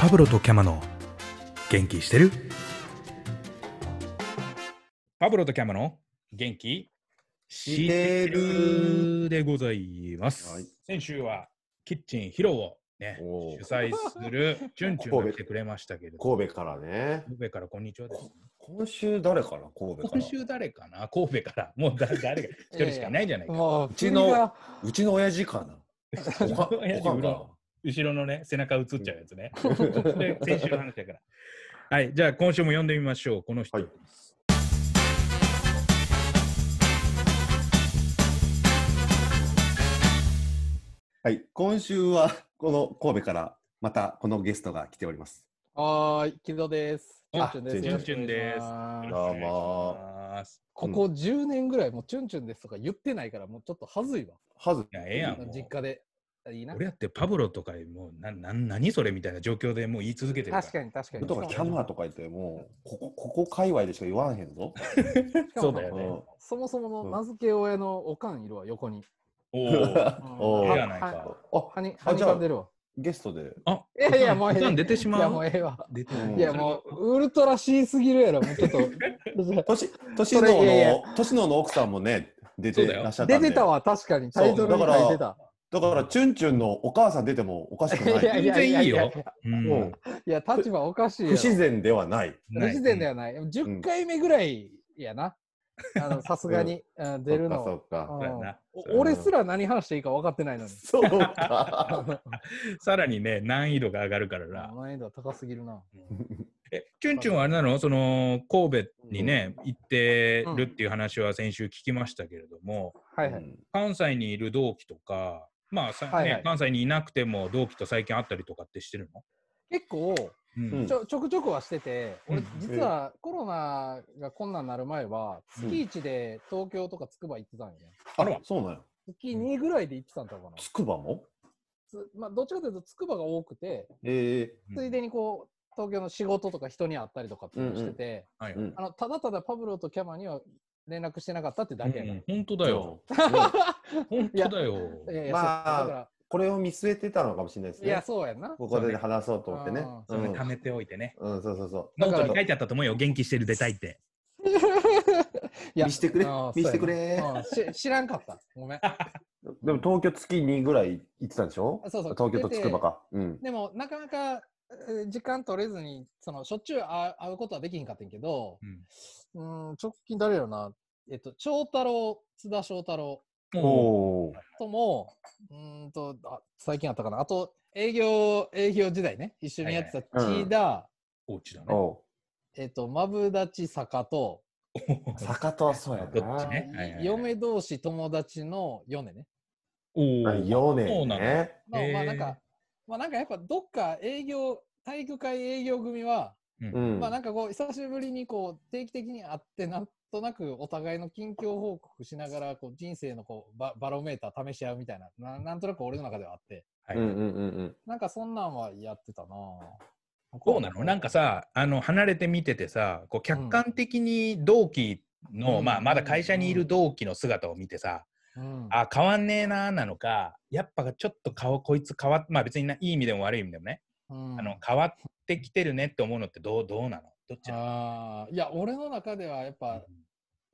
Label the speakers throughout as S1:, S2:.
S1: パブロとキャマの元気してるパブロとキャマの元気してるでございます、
S2: はい
S1: 先週はキッチンヒロをね
S2: おー
S1: 主催するチュンチュンが来てくれましたけれど
S2: 神戸からね。
S1: 神戸からこんにちはです
S2: 今週誰かな神戸から。
S1: 今週誰かな神戸からもうだ 誰か一人しかいないじゃないか、
S3: もう、う
S2: ちのうちの親父かな。おか
S1: 親父
S2: おかん
S1: 裏後ろのね背中映っちゃうやつねで先週の話 だから。はい、じゃあ今週も読んでみましょう。この人。
S2: はいはい、今週はこの神戸からまたこのゲストが来ております。
S3: はーい、木戸です。チュ
S2: あ
S3: ンチュンです。
S2: チュン
S1: チュンです
S3: よろしくお願い
S2: どう
S3: します
S2: も
S1: ます。
S3: ここ10年ぐらいもうチュンチュンですとか言ってないから、もうちょっと恥ずいわ。
S2: はず
S1: い。や、ええやん。もう
S3: 実家で。いいな。
S1: 俺やってパブロとかもうなな何それみたいな状況でもう言い続けてるから。
S3: 確かに確かに。
S2: とかキャマーとか言ってもうここここ界隈でしか言わんへんぞ。
S3: しか
S1: そ
S3: も
S1: うだよね。
S3: そもそもの名付け親のおかんいるわ、横に。
S1: お
S2: うん
S1: お。
S2: お
S1: え
S2: ー
S1: えやない
S3: は
S1: か。
S2: あ
S3: はに、は
S2: あ
S3: に
S2: じゃ
S3: か
S2: あ
S3: んでるわ。
S2: ゲストで。
S1: あ、
S3: いやいや、もうえ
S1: 普
S3: え。
S1: 段出てし
S3: い
S1: ま
S3: や、
S1: う。
S3: もうええわ。
S1: 出て
S2: うん
S3: いや、もう、ウルトラシーすぎるやろ、も うちょっと。
S2: 年年の
S3: それいやいや
S2: の年のの奥さんもね出てらっしゃった
S3: 出
S2: んで。
S3: てた。わ、確かに。
S2: そう
S3: タイトルに書いてた。
S2: だからチュンチュンのお母さん出てもおかしくない。
S3: いやいやいや
S1: 全然
S3: いや
S1: いいよ。う
S2: うんん、
S3: いや、立場おかしい
S2: 不
S3: やろ。
S2: 自然ではない。
S3: 不自然ではない。10回目ぐらいやな。あのさすがに、うん出る
S2: そ
S3: の。
S2: っか
S3: う
S1: うんんそうやな
S3: お俺すら何話していいか分かってないのに。
S2: そっか。そうか。
S1: さらにね、難易度が上がるからな。
S3: 難易度高すぎるな。
S1: え、チュンチュンはあれなのその、神戸にね、行ってるっていう話は先週聞きましたけれども、
S3: はいはい。
S1: 関西にいる同期とか、まあさ、
S3: はいはい
S1: ね、関西にいなくても同期と最近会ったりとかってしてるの、
S3: 結構
S1: うん
S3: ちょ、ちょくちょくはしてて、
S1: う
S3: 俺
S1: ん、
S3: 実はコロナが困難になる前は、
S2: うん
S3: 月1で東京とかつくば行ってたんよね。
S1: あら
S2: あ、そうなんや。
S3: 月2ぐらいで行ってたんだかな。
S2: つくばも
S3: つまあ、どっちかというとつくばが多くて、
S2: え
S3: ついでにこう、東京の仕事とか人に会ったりとかっていうのをしてて、
S1: はい
S2: えうん。
S3: あのただただパブロとキャマには連絡してなかったってだけやから。
S1: 本当だよ。本当だよ。
S3: いやいや、
S2: まあ
S3: そうだから
S2: これを見据えてたのかもしれないです
S3: いや、
S2: ね。
S3: そうやんな。
S2: ここで話そうと思ってね。
S1: それ貯
S2: う
S1: めておいてね。
S2: ん、うんそうそうそ。
S3: だ
S1: ノ
S3: か
S1: ー
S3: ら
S1: トに書いてあったと思うよ。元気してる出たいって。
S3: いうや
S2: 見してくれ
S3: あー、
S2: 見してくれ。
S3: そうやなうんし知らんかった。ごめん。
S2: でも東京月にぐらい行ってたんでしょ
S3: あそうそう
S2: 東京とつくばか。うん。
S3: でも、なかなか、えー時間取れずに、その、しょっちゅう会う会うことはできひんかったんやけど、うん、直近誰やろな。えっと、翔太郎、津田翔太郎
S1: も
S2: おー
S3: とも、うーんと、あ最近あったかな。あと、営業、営業時代ね。一緒にやってた
S2: はいはいうん
S3: 千田、
S1: う、お家だね。
S2: お
S3: えっと、マブダチ坂と、
S2: う。坂戸はそうや
S1: どっち
S2: な。
S1: ねはいはいはい
S3: 嫁同士友達の米ね。
S1: おお。
S2: 4
S1: そう
S2: 年
S1: なの
S2: ね。
S3: まあ、まあな
S1: へ
S3: ん
S1: ー
S3: か、まあなんかやっぱどっか営業、体育会営業組は、
S2: うん
S3: まあなんかこう、久しぶりにこう、定期的に会って、なんとなくお互いの近況報告しながら、こう、人生のこうバ、バロメーター試し合うみたいなな、なんとなく俺の中ではあって、
S1: はい
S2: うんうんうんうん。
S3: なんかそんなんはやってたなぁ
S1: どうなのなんか、さ、あの、離れて見ててさ、こう客観的に同期の、
S3: うん
S1: まあ、まだ会社にいる同期の姿を見てさ、
S3: うん、
S1: あ、変わんねえなーなのか、やっぱちょっと顔、こいつ変わっ、まあ別にないい意味でも悪い意味でもね、
S3: うん
S1: あの、変わってきてるねって思うのってどう、どうなのどっちなの
S3: あーいや、俺の中ではやっぱ、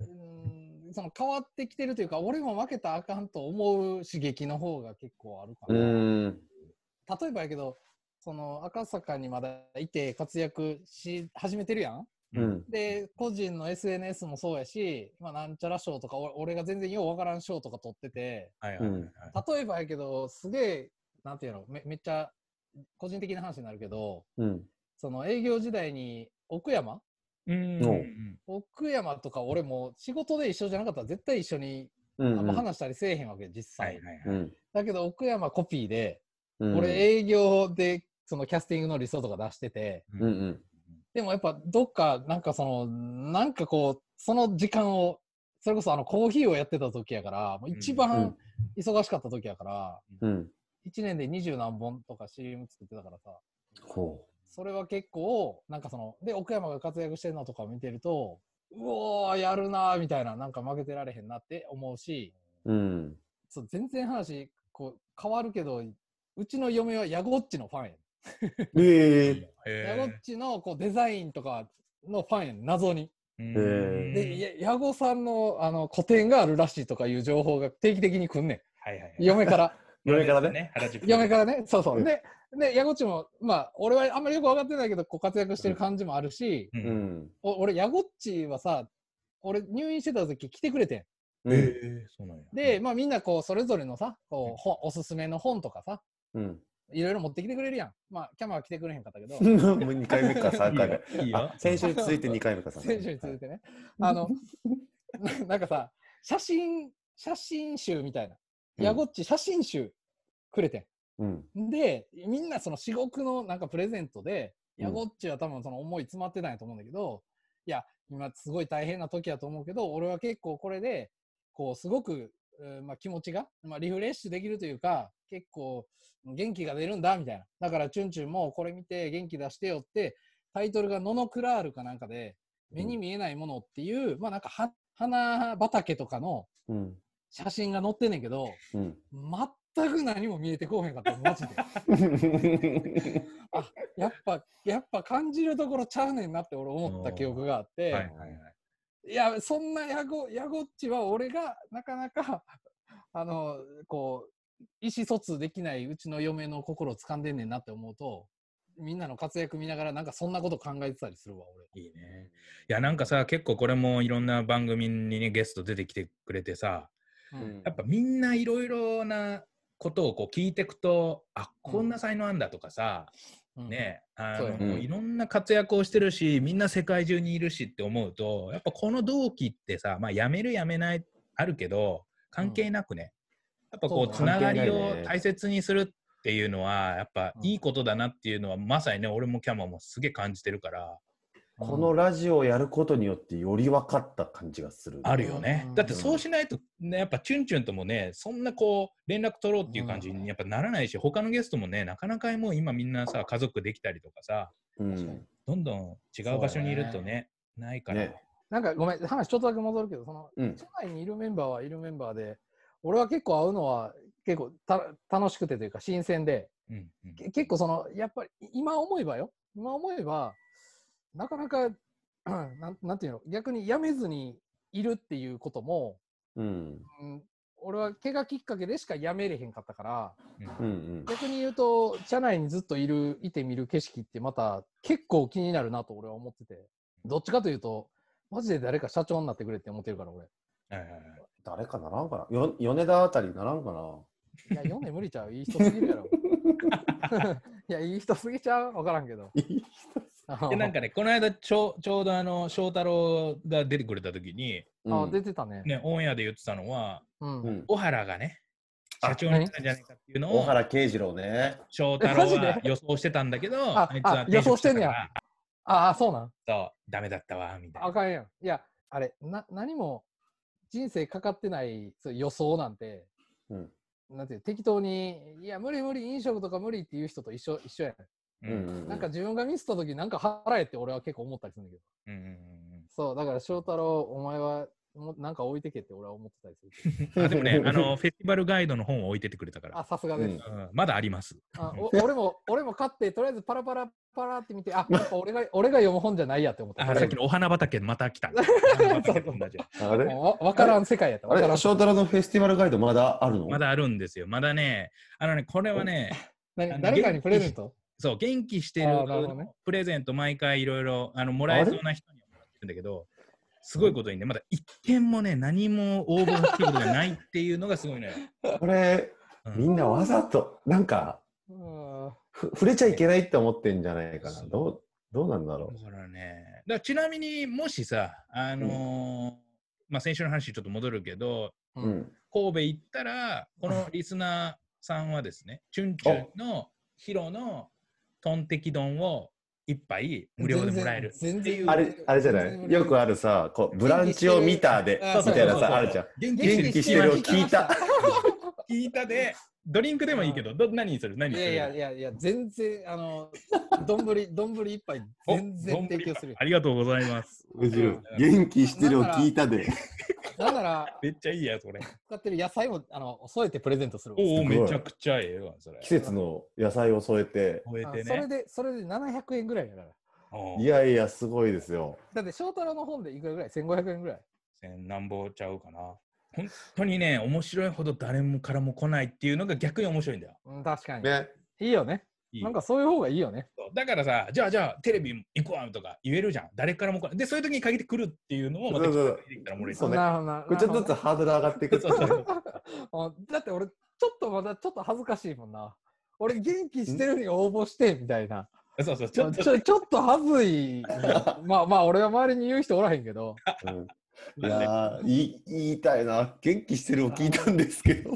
S3: うーん、その変わってきてるというか、俺も負けたらあかんと思う刺激の方が結構あるか
S2: う
S3: な。
S2: ん。
S3: 例えばやけど、その赤坂にまだいて活躍し始めてるやん。
S2: うん。
S3: で、個人の SNS もそうやし、まあ、なんちゃら賞とか、お俺が全然ようわからん賞とか取ってて、
S1: はいはいはいはい。
S3: 例えばやけど、すげえ、なんていうの、めめっちゃ個人的な話になるけど、
S2: うん。
S3: その営業時代に奥山
S1: うん
S2: おう
S3: 奥山とか俺も仕事で一緒じゃなかったら絶対一緒に
S2: う
S3: あ
S2: ん。
S3: んま話したりせえへんわけ、実
S1: は
S3: 際、
S1: いはいは
S2: う
S1: い。
S2: ん。
S3: だけど奥山コピーで、
S2: うん
S3: 俺、営業でそのキャスティングの理想とか出してて、
S2: うんうん。
S3: でもやっぱどっか、なんかその、なんかこう、その時間を、それこそあのコーヒーをやってた時やから、もう一番忙しかった時やから、
S2: うん。
S3: 1年で二十何本とか CM 作ってたからさ、
S2: ほ
S3: それは結構、なんかその、で、奥山が活躍してるのとかを見てると、うおー、やるなーみたいな、なんか負けてられへんなって思うし、
S2: う。うん。
S3: そう全然話、こう、変わるけど、うちの嫁はヤゴッチのファンやね
S2: ええ
S3: ヤゴ
S1: へ
S3: ッチのこうデザインとかのファンやん、謎に。
S1: え
S2: ー
S3: で、いやヤゴさんのあの個展があるらしいとかいう情報が定期的に来んね
S1: はいはいはい。
S3: ん。嫁から。
S2: 嫁からね。
S1: ね。原宿
S3: 嫁からね、そうそうう。
S2: ん
S3: で、で、矢口も、まあ、俺はあんまりよく分かってないけど、こう活躍してる感じもあるし、
S1: う。
S2: うんん。
S3: お俺、矢口はさ、俺入院してた時来てくれて
S1: へえ、そうなんや。
S3: ん。で、まあみんなこう、それぞれのさ、こ
S1: うん
S3: う、本おすすめの本とかさ、
S2: うん。
S3: いろいろ持ってきてくれるやん。まあ、キャマは来てくれへんかったけど
S2: う、ん もう2回目か
S1: い
S2: 3
S1: い
S2: 回目
S1: よ。いいよ
S2: あ。先週に続いて2回目か3回
S3: 選
S2: 目。
S3: 手に続いてね。あの、ななんかさ、写真、写真集みたいな。
S2: うん
S3: 矢口写真集くれてん。
S2: うん。
S3: で、みんなその至極のなんかプレゼントで、
S2: うん
S3: ヤゴッチは多分その思い詰まってないと思うんだけど、いや、今すごい大変な時やと思うけど、俺は結構これで、こう、すごく、うんまあ、気持ちが、まあ、リフレッシュできるというか、結構元気が出るんだ、みたいな。だから、チュンチュンもこれ見て元気出してよって、タイトルがノノクラールかなんかで、目に見えないものっていう、まあなんかは、花畑とかの
S2: うん。
S3: 写真が載ってんねんけど、
S2: うん。
S3: 全く何も見えてこうへんかった、マジで。やっぱ、やっぱ感じるところちゃうねんなって俺思った記憶があって、
S1: はいはい
S3: い、
S1: はい。
S3: や、そんなヤゴ、ヤゴっちは俺がなかなか、 あの、こう、意思疎通できないうちの嫁の心を掴んでんねんなって思うと、みんなの活躍見ながらなんかそんなこと考えてたりするわ、俺。
S1: いいね。いや、なんかさ、結構これもいろんな番組にね、ゲスト出てきてくれてさ、
S2: うん
S1: やっぱみんないろいろなことをこう聞いてくと、あ、こんな才能あんだとかさ、
S3: うん、
S1: ね、あ
S3: そう
S1: の
S3: よ
S2: ね
S1: いろんな活躍をしてるし、みんな世界中にいるしって思うと、やっぱこの同期ってさ、まあ、辞める辞めないあるけど、関係なくね、やっぱこう、つ
S3: そうね
S1: ながり
S2: 関係ない
S1: を
S2: ね
S1: 大切にするっていうのは、やっぱ
S3: うん
S1: いいことだなっていうのは、まさにね、俺もキャマもすげえ感じてるから、
S2: このラジオをやることによってより分かった感じがする。
S1: あるよね
S3: うん。
S1: だってそうしないと、ね、やっぱチュンチュンともね、そんなこう、連絡取ろうっていう感じにやっぱならないし、他のゲストもね、なかなかもう今みんなさ、家族できたりとかさ、
S2: うん。
S3: 確かに
S1: どんどん違う場所にいる
S3: そ
S1: と
S3: う
S1: ね、ないから。
S2: ね
S3: なんかごめん、話ちょっとだけ戻るけど、その、
S2: うん。
S3: 社内にいるメンバーはいるメンバーで、俺は結構会うのは結構た楽しくてというか新鮮で、
S1: うんうん
S3: け結構そのやっぱり今思えばよ今思えばなかなか うんなんなんていうの逆に辞めずにいるっていうことも、
S2: うん。
S3: うん、俺は怪我きっかけでしか辞めれへんかったから
S2: うんうん。
S3: 逆に言うと社内にずっといるいてみる景色ってまた結構気になるなと俺は思っててどっちかというとマジで誰か社長になってくれって思ってるから俺
S1: はいはいはい
S2: 誰かならんかなよ米田あたりならんかない
S3: や4年無理ちゃういい人すぎるや ろ いやいい人すぎちゃう分からんけど
S2: いい
S1: でなん
S3: か、
S1: かね、この間ちょうちょうどあの翔太郎が出てくれた時に、
S3: あ
S2: うん
S3: 出てたね
S1: ね、オンエアで言ってたのは、
S3: うん
S2: うん
S1: 小原がね、
S2: あ
S1: 社長になったんじゃないかっていうの
S2: 小
S1: を、
S2: 原慶次郎ね。
S1: 翔太郎
S3: えマ
S1: は
S3: ジで
S1: 予想してたんだけど、
S3: あ
S1: いつは
S3: あ予想してんね
S1: 転職したか
S3: や
S1: ら
S3: ああ、そうなん。
S1: そう、ダメだったわ、みたい
S3: あ
S1: な。
S3: かんやん。いや、あれ、な、何も人生かかってないそう予想なんて、
S2: うん。
S3: なんていう、適当に、いや、無理無理、飲食とか無理っていう人と一緒、一緒や
S1: う
S2: うんん。
S3: ん。なんか、自分がミスった時、なんか払えって俺は結構思ったりするんだけど。
S1: うんうん
S3: そう、だから翔太郎、お前は、もなんか置いてけって俺は思ってたりするけ
S1: うんあでも ね、あの、フェスティバルガイドの本を置いてってくれたか
S3: ど。あ、
S1: ら、
S3: さすがです。
S2: うん
S1: うんまだあります。
S3: あお俺も、俺も買って、とりあえずパラパラパラって見て、あ、やっぱ俺が、俺が読む本じゃないやって思った。
S1: あ、さっきのお花畑また来 た。お花畑と同じ
S2: あれ
S3: もうわわからん世界やった。
S2: あ
S3: わから
S2: れ
S3: ん。
S2: 翔太郎のフェスティバルガイドまだあるの
S1: まだあるんですよ。まだね、あのね、これはね、
S3: 何誰かにプレゼン ト
S1: そう、元気してる
S3: あーなるほどね
S1: プレゼント毎回いろいろあのもらえそうな人にはもらってるんだけど、すごいことにね、まだ一件もね、何も応募したことがないっていうのがすごいのよ。
S2: これ、
S1: うん
S2: みんなわざと、なんか、
S3: うん。
S2: ふ触れちゃいけないって思ってんじゃないかな。
S1: そう
S2: どう、どうなんだろ
S1: だからね、だからちなみにもしさ、あのーまあ、先週の話にちょっと戻るけど、
S2: う。うん。
S1: 神戸行ったら、このリスナーさんはです ね、チュンチュンのヒロのトンテキ丼を一杯無料でもらえる。
S3: 全然
S2: あれ、あれじゃないよくあるさ、こう、ブランチを見たで、み
S3: あ
S2: たいな
S1: そうそうそう
S2: さ、あるじゃん。
S1: 元
S2: 元気してるを聞いた。
S1: 聞いたで、ドリンクでもいいけど、ど何にする何
S3: い
S1: にす
S3: や
S1: る
S3: いやいやいや、全然、あの、丼、丼一杯
S1: お
S3: 全然提供するよ。
S1: ありがとうございます。
S4: 面白い。元気してるを聞いたで。
S3: だから、
S1: めっちゃいいやつ、 これ。
S3: 使ってる野菜も、あの、添えてプレゼントするわ。
S1: おお、
S2: すごい
S1: めちゃくちゃええわ、それ。
S2: 季節の野菜を添えて、
S1: 超え
S3: あ
S1: て
S3: それ
S1: ね。
S3: で、それで700円ぐらいだから。
S1: うん
S2: いやいや、すごいですよ。
S3: だって、翔太郎の本でいくらぐらい ?1500 円ぐらい。
S1: 千なんぼちゃうかな。本当にね、面白いほど誰もからも来ないっていうのが逆に面白いんだよ。
S3: うん、確かに。
S2: ね。
S3: いいよね。
S1: いい
S3: なんかそういう方がいいよね。
S1: だからさ、じゃあじゃあテレビ行くわとか言えるじゃん。誰からも来ない。で、そういう時に限って来るっていうのもまた
S2: そうそう
S1: できたらもう
S2: そうね
S3: なるほどな
S2: これちょっとずつハードル上がっていくっていうね。
S3: うんだって俺、ちょっとまだちょっと恥ずかしいもんな。俺、元気してるに応募して、みたいな。
S1: そうそう、ち
S3: ち
S1: ょ
S3: ょ
S1: っと
S3: ちょちょっと恥 ずい。まあまあ、俺は周りに言う人おらへんけど。
S2: うんいやー、いい言いたいな。元気してるを聞いたんですけど。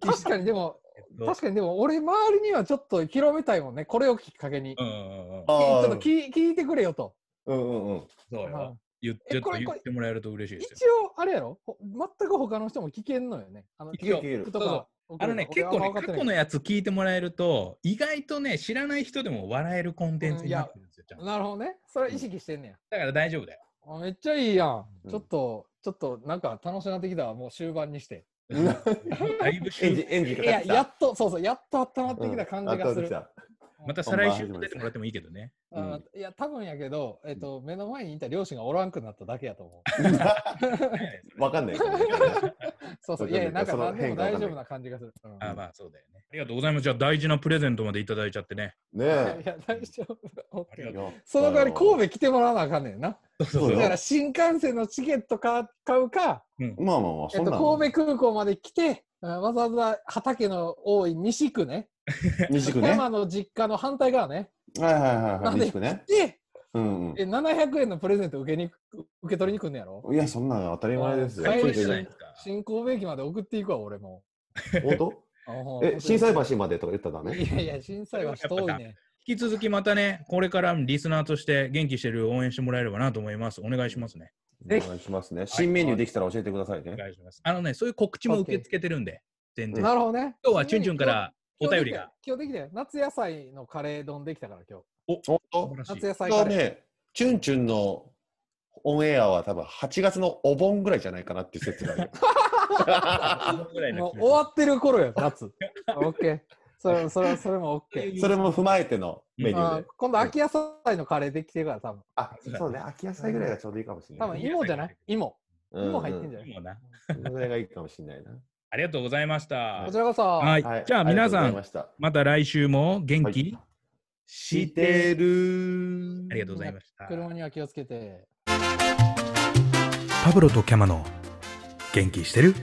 S3: 確かにでも、
S1: そう
S3: 確かにでも、俺、周りにはちょっと広めたいもんね。これをきっかけに。
S1: うんうんうんうん。
S3: ちょっと
S2: ー
S3: 聞い聞いてくれよと。
S2: うんうんうん。
S1: そう
S3: うん
S1: よ。言って
S3: えこれ
S1: 言ってもらえると嬉しいですよ
S3: 一。応、あれやろほ全く他の人も聞けんのよね。あの
S1: 聞ける聞
S2: ける
S3: とか
S1: あのね、結構ね、過去の
S3: や
S1: やつ聞いてもらえると、意外とね、知らない人でも笑えるコンテンツになってるんですよ。ちゃんと
S3: なるほどね。それは意識してんねや。
S1: だから大丈夫だよ。
S3: あめっちゃいいやん。
S2: うん
S3: ちょっと、ちょっとなんか楽しくなってきたわ。もう終盤にして。
S2: うん
S1: だいぶ
S2: エン
S1: 終
S2: ジン、エンジン
S3: い
S2: かかっ
S3: や、
S2: てきた。
S3: やっと、そうそう、やっと温まってきた感じがす
S2: うん
S3: る。
S2: あ
S1: また再来週も出てもらってもいいけどね。
S2: た
S3: あいや、多分やけど、えっと、目の前にいた両親がおらんくなっただけやと思
S2: 温まってき たわかんないけどね。
S3: う。 そうそ
S2: わか
S3: う、
S2: んない
S3: いやいや、なんか
S2: その
S3: 何でも
S2: 変化わ
S3: 大
S2: かんな
S3: 丈
S2: い
S3: 夫な感じがする。うん
S1: あまあそうだよね。ありがとうございます。じゃあ大事なプレゼントまでいただいちゃってね。
S2: ね
S3: いや、大丈夫。
S1: ありがとう
S2: え。
S3: その代わり神戸来てもらわなあかんねんな。
S2: そう
S3: だ
S2: よ
S3: から新幹線のチケットか買うか、
S2: まあまあまあ、
S3: え
S2: そ
S3: っ
S2: ん
S3: と、
S2: な
S3: 神戸空港まで来て、あわざわざ畑の多い西区ね、
S2: 西区ね。は
S3: 山の実家の反対側ね、
S2: いはいはい
S3: な
S2: は
S3: ん
S2: い。
S3: で
S2: 西区ね。
S3: で、
S2: うんうん
S3: え700円のプレゼント受けに受け取りに来んねやろ
S2: いや、そんなの当たり前ですよ。
S3: あ
S1: 帰
S3: 帰
S1: り
S3: り
S1: じ
S3: じ
S1: ゃ
S3: ゃ
S1: な
S3: ないい
S1: ですか。
S3: 新神戸駅まで送っていくわ、俺も。
S2: 本当え、震災橋までとか言ったらダメ
S3: いやいや、震災は遠いね。
S1: 引き続きまたね、これからリスナーとして元気してる応援してもらえればなと思います。お願いしますね。
S2: お
S3: ぜひ
S2: 願いしますね。新メニューできたら教えてください
S1: お
S2: ね。
S1: 願いします。あのね、そういう告知も受け付けてるんで、全然。
S3: なるほどね。
S1: 今日はチュンチュンからお便りが。
S3: 今日できたよ。今日できたよ夏野菜のカレー丼できたから、今日。
S2: 本
S1: 素
S2: 当
S1: 晴らしい
S3: 夏。野菜
S2: は
S3: カレー。
S2: ね、チュンチュンのオンエアは多分8月のお盆ぐらいじゃないかなっていう説がある。
S1: ぐらい
S3: も
S1: の
S3: う終わってる頃よ、夏。 オッケー。それそれそれもオッケ ー。
S2: それも踏まえてのメニュー
S3: あ
S2: で。
S3: 今度、秋野菜のカレーできてるから、多分。
S2: あ、そうね。秋野菜ぐらいがちょうどいいかもしれな
S3: 多
S2: い。
S3: 分、芋じゃない芋。
S2: う
S3: 芋入ってんじゃない
S1: もうな。
S2: それがいいかもしれないな。
S1: ありがとうございました。
S2: い
S3: こちらこそ。
S1: はい。
S2: はい
S1: じゃあ皆さん、
S2: りがとうございました
S1: また来週も元気、
S2: はい
S1: し
S2: して
S1: て
S2: る
S1: ありがとうございました。
S3: 車には気をつけて。
S1: パブロとキャマの元気してる